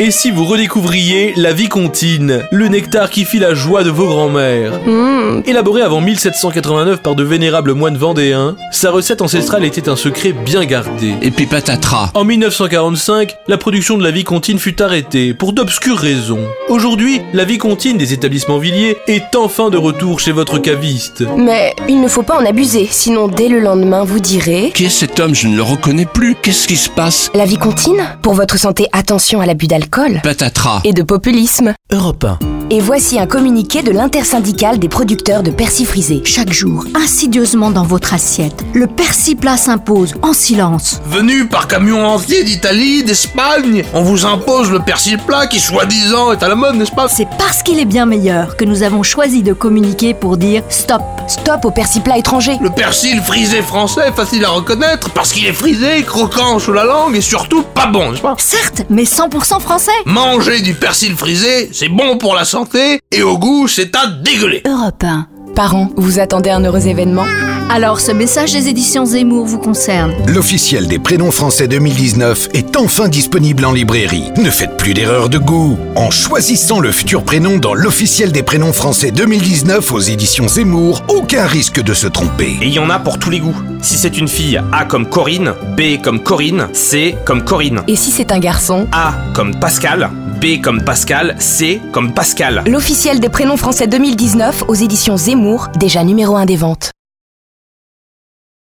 Et si vous redécouvriez la vicomtine, le nectar qui fit la joie de vos grands-mères Mmh. Élaborée avant 1789 par de vénérables moines vendéens, sa recette ancestrale était un secret bien gardé. Et puis patatras. En 1945, la production de la Vicomtine fut arrêtée pour d'obscures raisons. Aujourd'hui, la Vicomtine des établissements Villiers est enfin de retour chez votre caviste. Mais il ne faut pas en abuser, sinon dès le lendemain vous direz Qui est cet homme Je ne le reconnais plus. Qu'est-ce qui se passe La vicomtine Pour votre santé, attention à l'abus d'alcool Patatras. et de populisme. Europe 1. Et voici un communiqué de l'intersyndicale des producteurs de persil frisé. Chaque jour, insidieusement dans votre assiette, le persil plat s'impose en silence. Venu par camion entier d'Italie, d'Espagne, on vous impose le persil plat qui soi-disant est à la mode, n'est-ce pas C'est parce qu'il est bien meilleur que nous avons choisi de communiquer pour dire stop. Stop au persil plat étranger. Le persil frisé français, facile à reconnaître, parce qu'il est frisé, croquant sous la langue et surtout pas bon, n'est-ce pas Certes, mais 100% français. Manger du persil frisé, c'est bon pour la santé, et au goût, c'est à dégueuler. Europe 1. Parents, vous attendez un heureux événement Alors ce message des éditions Zemmour vous concerne. L'officiel des prénoms français 2019 est enfin disponible en librairie. Ne faites plus d'erreurs de goût. En choisissant le futur prénom dans l'officiel des prénoms français 2019 aux éditions Zemmour, aucun risque de se tromper. Et il y en a pour tous les goûts. Si c'est une fille, A comme Corinne, B comme Corinne, C comme Corinne. Et si c'est un garçon A comme Pascal, B comme Pascal, C comme Pascal. L'officiel des prénoms français 2019 aux éditions Zemmour, déjà numéro 1 des ventes.